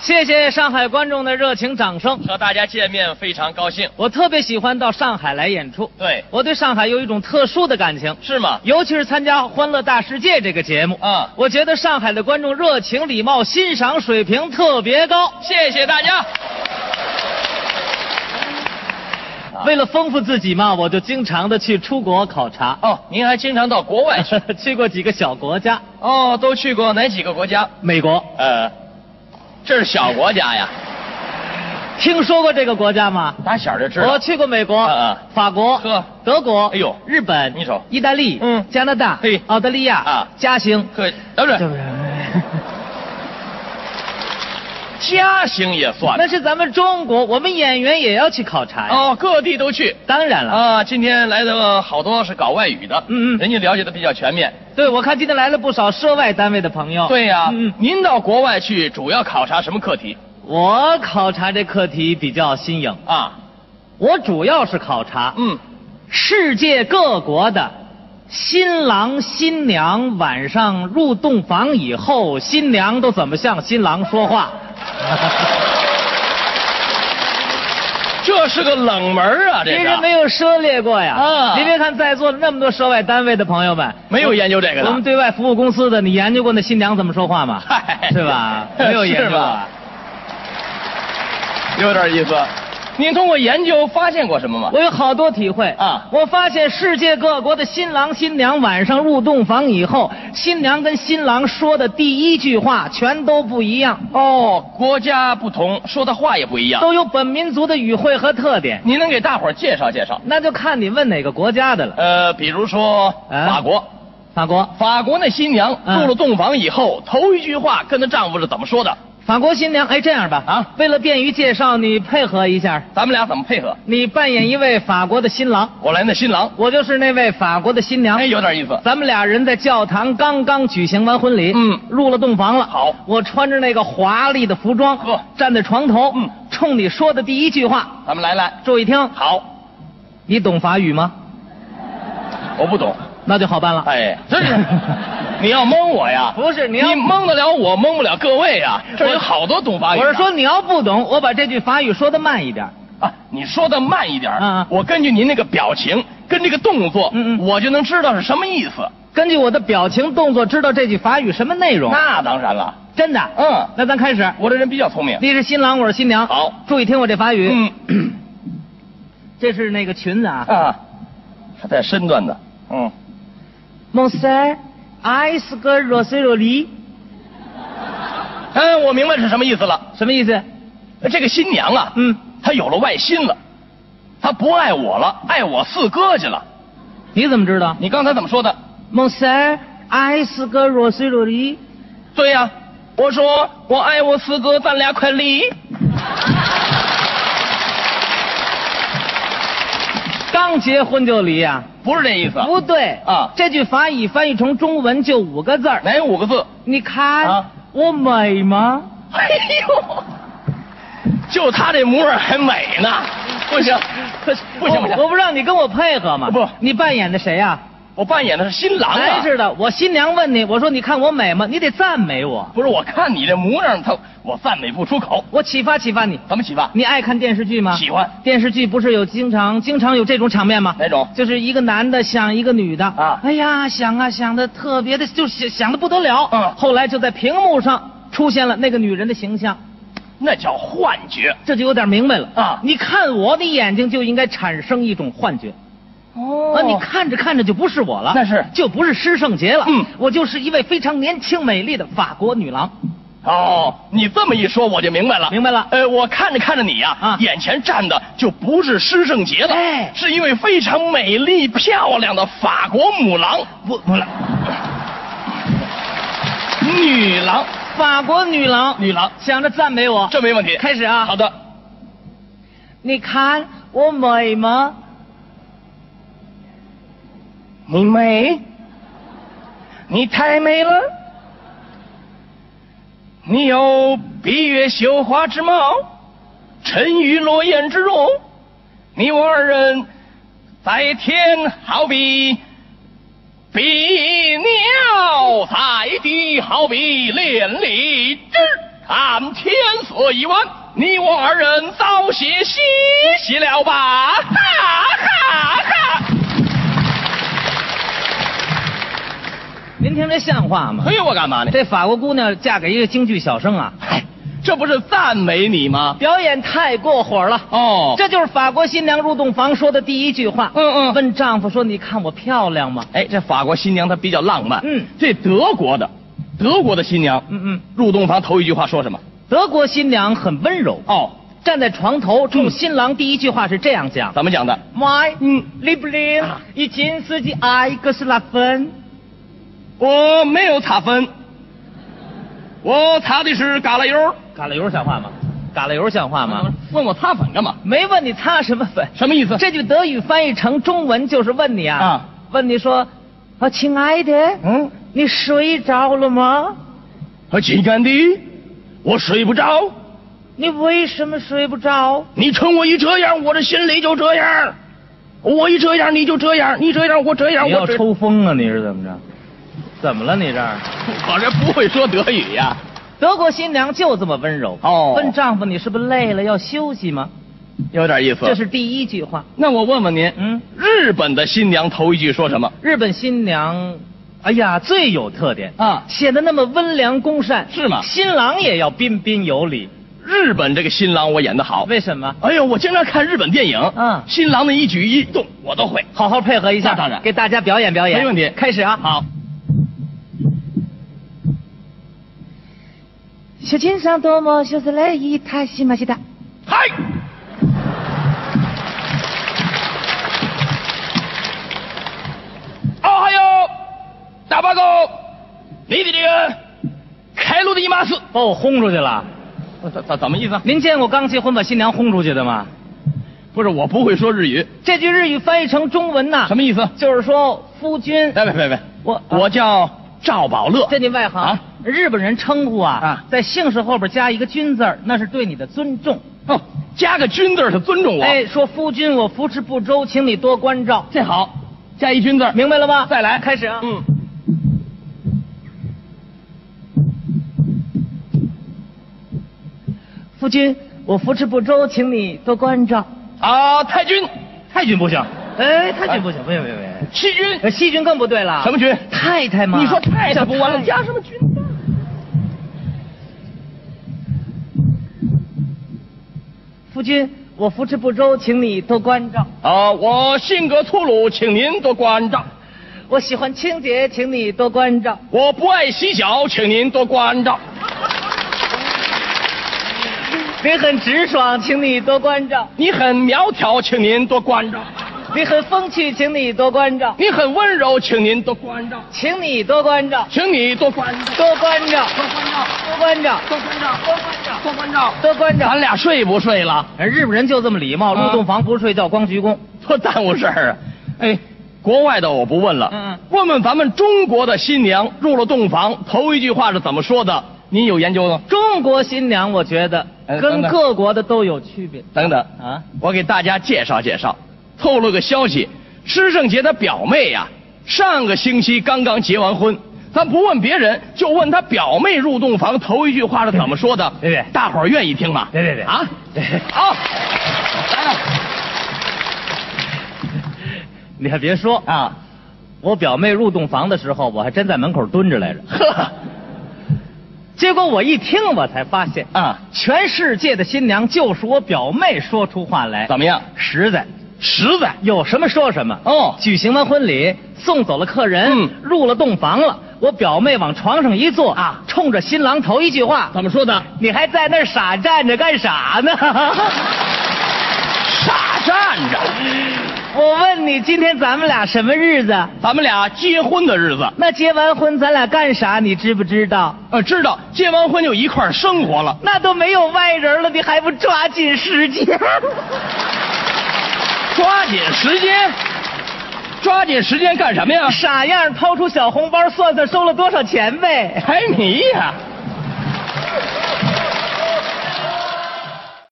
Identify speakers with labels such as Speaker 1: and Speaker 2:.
Speaker 1: 谢谢上海观众的热情掌声。
Speaker 2: 和大家见面非常高兴。
Speaker 1: 我特别喜欢到上海来演出，
Speaker 2: 对，
Speaker 1: 我对上海有一种特殊的感情，
Speaker 2: 是吗？
Speaker 1: 尤其是参加《欢乐大世界》这个节目
Speaker 2: 啊
Speaker 1: 我觉得上海的观众热情、礼貌、欣赏水平特别高。
Speaker 2: 谢谢大家。
Speaker 1: 为了丰富自己嘛，我就经常的去出国考察，
Speaker 2: 哦，您还经常到国外去？
Speaker 1: 去过几个小国家，
Speaker 2: 哦，都去过哪几个国家？
Speaker 1: 美国，
Speaker 2: 呃，这是小国家呀，
Speaker 1: 听说过这个国家吗？
Speaker 2: 打小就知
Speaker 1: 我
Speaker 2: 道。
Speaker 1: 去过美国、
Speaker 2: 啊啊
Speaker 1: 法国
Speaker 2: 呵、
Speaker 1: 德国，
Speaker 2: 哎呦
Speaker 1: 日本，
Speaker 2: 你瞅
Speaker 1: 意大利，
Speaker 2: 嗯
Speaker 1: 加拿大，
Speaker 2: 嘿
Speaker 1: 澳大利亚，
Speaker 2: 啊
Speaker 1: 嘉兴，
Speaker 2: 可等
Speaker 1: 是
Speaker 2: 等，
Speaker 1: 不是？
Speaker 2: 嘉兴也 算
Speaker 1: 那是咱们中国，我们演员也要去考察呀。
Speaker 2: 哦，各地都去
Speaker 1: 当然了，
Speaker 2: 啊。今天来的好多是搞外语的，
Speaker 1: 嗯嗯
Speaker 2: 人家了解的比较全面。
Speaker 1: 对我看今天来了不少涉外单位的朋友。
Speaker 2: 对呀、
Speaker 1: 嗯，
Speaker 2: 您到国外去主要考察什么课题
Speaker 1: 我考察这课题比较新颖，
Speaker 2: 啊？
Speaker 1: 我主要是考察
Speaker 2: 嗯，
Speaker 1: 世界各国的新郎新娘晚上入洞房以后，新娘都怎么向新郎说话。
Speaker 2: 这是个冷门儿啊，这
Speaker 1: 别
Speaker 2: 是
Speaker 1: 人没有涉猎过呀。
Speaker 2: 啊
Speaker 1: 您别看在座的那么多涉外单位的朋友们，
Speaker 2: 没有研究这个的
Speaker 1: 我们对外服务公司的，你研究过那新娘怎么说话吗？
Speaker 2: 嗨
Speaker 1: 是吧？没有研
Speaker 2: 是
Speaker 1: 究
Speaker 2: 吧
Speaker 1: 啊。
Speaker 2: 有点意思。您通过研究发现过什么吗？
Speaker 1: 我有好多体会
Speaker 2: 啊
Speaker 1: 我发现世界各国的新郎新娘晚上入洞房以后，新娘跟新郎说的第一句话全都不一样，
Speaker 2: 哦，国家不同，说的话也不一样。
Speaker 1: 都有本民族的语汇和特点，
Speaker 2: 您能给大伙儿介绍介绍？
Speaker 1: 那就看你问哪个国家的了。
Speaker 2: 呃，比如说
Speaker 1: 啊
Speaker 2: 法国，
Speaker 1: 法国，
Speaker 2: 法国那新娘
Speaker 1: 嗯
Speaker 2: 入了洞房以后，头一句话跟她丈夫是怎么说的？
Speaker 1: 法国新娘，哎，这样吧，
Speaker 2: 啊
Speaker 1: 为了便于介绍，你配合一下。
Speaker 2: 咱们俩怎么配合？
Speaker 1: 你扮演一位法国的新郎，
Speaker 2: 我来那新郎，
Speaker 1: 我就是那位法国的新娘。
Speaker 2: 哎，有点意思。
Speaker 1: 咱们俩人在教堂刚刚举行完婚礼，
Speaker 2: 嗯
Speaker 1: 入了洞房了。
Speaker 2: 好
Speaker 1: 我穿着那个华丽的服装，
Speaker 2: 呵
Speaker 1: 站在床头，
Speaker 2: 嗯
Speaker 1: 冲你说的第一句话，
Speaker 2: 咱们来来，
Speaker 1: 注意听，
Speaker 2: 好，
Speaker 1: 你懂法语吗？
Speaker 2: 我不懂。
Speaker 1: 那就好办了。
Speaker 2: 哎，真是， 你要蒙我 呀？
Speaker 1: 不是你
Speaker 2: 你
Speaker 1: 要
Speaker 2: 蒙得了我，蒙不了各位呀。这儿有
Speaker 1: 我
Speaker 2: 好多懂法语的。
Speaker 1: 我是说你要不懂，我把这句法语说的慢一点。
Speaker 2: 啊，你说的慢一点儿，
Speaker 1: 啊啊
Speaker 2: 我根据您那个表情跟这个动作，
Speaker 1: 嗯哦嗯
Speaker 2: 我就能知道是什么意思。
Speaker 1: 根据我的表情动作，知道这句法语什么内容。
Speaker 2: 那当然了，
Speaker 1: 真的，
Speaker 2: 嗯
Speaker 1: 那咱开始。
Speaker 2: 我这人比较聪明。
Speaker 1: 你是新郎，我是新娘。
Speaker 2: 好
Speaker 1: 注意听我这法语。
Speaker 2: 嗯
Speaker 1: 这是那个裙子啊。
Speaker 2: 啊，还带身段的，嗯，
Speaker 1: Monsieur, I s que r o s e r i
Speaker 2: 哎，我明白是什么意思了。
Speaker 1: 什么意思？
Speaker 2: 这个新娘啊，
Speaker 1: 嗯，
Speaker 2: 她有了外心了，她不爱我了，爱我四哥去了。
Speaker 1: 你怎么知道
Speaker 2: 你刚才怎么说的？
Speaker 1: ？Monsieur, I s que r o s e r i
Speaker 2: 对呀、我说我爱我四哥，咱俩快离。
Speaker 1: 刚结婚就离呀、
Speaker 2: 不是这意思，
Speaker 1: 不对
Speaker 2: 啊
Speaker 1: 这句法语翻译成中文就五个字儿。
Speaker 2: 哪有五个字？
Speaker 1: 你看、
Speaker 2: 啊
Speaker 1: 我美吗？
Speaker 2: 哎呦，就他这模样还美呢，不行，不行不
Speaker 1: 我
Speaker 2: 行，
Speaker 1: 我不让你跟我配合吗？
Speaker 2: 不
Speaker 1: 你扮演的谁呀、
Speaker 2: 我扮演的是新郎
Speaker 1: 还
Speaker 2: 啊，
Speaker 1: 哎是的，我新娘问你，我说你看我美吗？你得赞美我，
Speaker 2: 不是？我看你这模样，他我赞美不出口，
Speaker 1: 我启发启发你。
Speaker 2: 怎么启发？
Speaker 1: 你爱看电视剧吗？
Speaker 2: 喜欢
Speaker 1: 电视剧不是有经常经常有这种场面吗？
Speaker 2: 哪种
Speaker 1: 就是一个男的想一个女的
Speaker 2: 啊
Speaker 1: 哎呀，想啊想的特别的，就是想想的不得了。
Speaker 2: 嗯
Speaker 1: 后来就在屏幕上出现了那个女人的形象，
Speaker 2: 那叫幻觉。
Speaker 1: 这就有点明白了
Speaker 2: 啊
Speaker 1: 你看我，你眼睛就应该产生一种幻觉。
Speaker 2: 哦
Speaker 1: 啊，你看着看着就不是我了，
Speaker 2: 那是
Speaker 1: 就不是施圣杰了。
Speaker 2: 嗯
Speaker 1: 我就是一位非常年轻美丽的法国女郎。
Speaker 2: 哦，你这么一说我就明白了，
Speaker 1: 明白了
Speaker 2: 呃，我看着看着你呀、
Speaker 1: 啊
Speaker 2: 眼前站的就不是施圣杰了，
Speaker 1: 哎
Speaker 2: 是一位非常美丽漂亮的法国母狼，不母狼，女郎，
Speaker 1: 法国女郎，
Speaker 2: 女郎
Speaker 1: 想着赞美我，
Speaker 2: 这没问题。
Speaker 1: 开始啊。
Speaker 2: 好的，
Speaker 1: 你看我美吗？
Speaker 2: 你美，你太美了，你有闭月羞花之貌，沉鱼落雁之容，你我二人在天好比比鸟，在地好比连理枝。俺天色已晚，你我二人早些歇息了吧，哈哈哈！
Speaker 1: 您听这像话吗？
Speaker 2: 哎推我干嘛呢？
Speaker 1: 这法国姑娘嫁给一个京剧小生啊，
Speaker 2: 哎，这不是赞美你吗？
Speaker 1: 表演太过火了。
Speaker 2: 哦，
Speaker 1: 这就是法国新娘入洞房说的第一句话。
Speaker 2: 嗯嗯
Speaker 1: 问丈夫说：“你看我漂亮吗
Speaker 2: 哎，这法国新娘她比较浪漫。
Speaker 1: 嗯
Speaker 2: 这德国的，德国的新娘？”，
Speaker 1: 嗯嗯，
Speaker 2: 入洞房头一句话说什么？
Speaker 1: 德国新娘很温柔，
Speaker 2: 哦，
Speaker 1: 站在床头冲
Speaker 2: 嗯
Speaker 1: 新郎第一句话是这样讲
Speaker 2: 怎么讲的？
Speaker 1: ：“My
Speaker 2: 嗯
Speaker 1: Liebling，
Speaker 2: 啊
Speaker 1: i n s die ein g e s l a f e n
Speaker 2: 我没有擦分，我擦的是嘎啦油。
Speaker 1: 嘎啦油像话吗？嗯嘎啦油像话吗？
Speaker 2: 问我擦粉干嘛？
Speaker 1: 没问你擦什么粉。
Speaker 2: 什么意思？
Speaker 1: 这句德语翻译成中文就是问你嗯啊，
Speaker 2: 啊
Speaker 1: 问你说，啊，亲爱的，
Speaker 2: 嗯，
Speaker 1: 你睡着了吗？
Speaker 2: 和亲干的，我睡不着。
Speaker 1: 你为什么睡不着？
Speaker 2: 你冲我一这样，我这心里就这样。我一这样，你就这样；你这样，我这样。
Speaker 1: 你要
Speaker 2: 我这
Speaker 1: 抽风啊？你是怎么着？怎么了？你这儿？
Speaker 2: 我这不会说德语呀、
Speaker 1: 德国新娘就这么温柔
Speaker 2: 哦
Speaker 1: 问丈夫你是不是累了要休息吗？
Speaker 2: 有点意思。
Speaker 1: 这是第一句话。
Speaker 2: 那我问问您，
Speaker 1: 嗯，
Speaker 2: 日本的新娘头一句说什么？
Speaker 1: 日本新娘，哎呀，最有特点
Speaker 2: 啊
Speaker 1: 显得那么温良恭善，
Speaker 2: 是吗
Speaker 1: 新郎也要彬彬有礼，
Speaker 2: 日本这个新郎我演得好。
Speaker 1: 为什么？
Speaker 2: 哎呦，我经常看日本电影，
Speaker 1: 嗯
Speaker 2: 新郎的一举一动我都会。
Speaker 1: 好好配合一下，
Speaker 2: 那当然
Speaker 1: 给大家表演表演，
Speaker 2: 没问题
Speaker 1: 开始啊！
Speaker 2: 好，
Speaker 3: 小金さんどうも、小司来いたしました。
Speaker 2: 嗨，哦，还有大八狗，你的这个开路的姨妈是
Speaker 1: 把我轰出去了。
Speaker 2: 怎怎怎么意思啊？
Speaker 1: 您见过刚结婚把新娘轰出去的吗？
Speaker 2: 不是，我不会说日语，
Speaker 1: 这句日语翻译成中文呐，
Speaker 2: 什么意思？
Speaker 1: 就是说夫君，
Speaker 2: 啊哎，别别别，
Speaker 1: 我啊
Speaker 2: 我叫赵宝乐。
Speaker 1: 这您外行、
Speaker 2: 啊
Speaker 1: 日本人称呼啊，
Speaker 2: 啊
Speaker 1: 在姓氏后边加一个君字儿，那是对你的尊重。
Speaker 2: 哦，加个君字儿是尊重我。
Speaker 1: 哎，说夫君，我扶持不周，请你多关照，
Speaker 2: 这好，加一军字儿。
Speaker 1: 明白了吗？
Speaker 2: 再来
Speaker 1: 开始啊！
Speaker 2: 嗯。
Speaker 1: 夫君，我扶持不周，请你多关照。
Speaker 2: 啊，太君，
Speaker 1: 太君不行，哎，太君不行，不行，不行，不行
Speaker 2: 七君，
Speaker 1: 呃。细菌更不对了，
Speaker 2: 什么君？
Speaker 1: 太太吗？
Speaker 2: 你说太太
Speaker 1: 叫
Speaker 2: 不完了，
Speaker 1: 太
Speaker 2: 加什么君？
Speaker 1: 夫君，我扶持不周，请你多关照。
Speaker 2: 啊，我性格粗鲁，请您多关照。
Speaker 1: 我喜欢清洁，请你多关照。
Speaker 2: 我不爱洗脚，请您多关照。
Speaker 1: 你很直爽，请你多关照。
Speaker 2: 你很苗条，请您多关照。
Speaker 1: 你很风趣，请你多关照。
Speaker 2: 你很温柔，请您多关照。
Speaker 1: 请你多关照，
Speaker 2: 请你多关照，
Speaker 1: 多关照，多关照，
Speaker 2: 多关照，多关照，多关照。
Speaker 1: 多关照。
Speaker 2: 咱俩睡不睡了？
Speaker 1: 哎日本人就这么礼貌，
Speaker 2: 啊
Speaker 1: 入洞房不睡觉，光鞠躬。
Speaker 2: 多耽误事儿啊！哎，国外的我不问了，
Speaker 1: 嗯嗯
Speaker 2: 问问咱们中国的新娘入了洞房，头一句话是怎么说的？您有研究吗？
Speaker 1: 中国新娘，我觉得
Speaker 2: 哎
Speaker 1: 跟
Speaker 2: 等等
Speaker 1: 各国的都有区别
Speaker 2: 等等，
Speaker 1: 啊。
Speaker 2: 我给大家介绍介绍，透露个消息：施圣杰他表妹呀、上个星期刚刚结完婚。咱不问别人，就问他表妹入洞房头一句话是怎么说的？
Speaker 1: 别别
Speaker 2: 大伙儿愿意听吗？
Speaker 1: 别别别
Speaker 2: 啊
Speaker 1: 别！
Speaker 2: 好，来了
Speaker 1: 你还别说，
Speaker 2: 啊！
Speaker 1: 我表妹入洞房的时候，我还真在门口蹲着来着。
Speaker 2: 呵
Speaker 1: 结果我一听，我才发现，
Speaker 2: 啊，
Speaker 1: 全世界的新娘就是我表妹说出话来，
Speaker 2: 怎么样？
Speaker 1: 实在，
Speaker 2: 实在
Speaker 1: 有什么说什么。
Speaker 2: 哦
Speaker 1: 举行完婚礼，送走了客人，
Speaker 2: 嗯
Speaker 1: 入了洞房了，我表妹往床上一坐
Speaker 2: 啊
Speaker 1: 冲着新郎头一句话
Speaker 2: 怎么说的？：“
Speaker 1: 你还在那儿傻站着干啥呢？”
Speaker 2: 傻站着，
Speaker 1: 我问你，今天咱们俩什么日子？
Speaker 2: 咱们俩结婚的日子，
Speaker 1: 那结完婚咱俩干啥？你知不知道？
Speaker 2: 呃，知道结完婚就一块儿生活了。
Speaker 1: 那都没有外人了，你还不抓紧时 间？
Speaker 2: 抓紧时间，抓紧时间干什么呀？
Speaker 1: 傻样，掏出小红包算算收了多少钱呗。
Speaker 2: 财迷呀、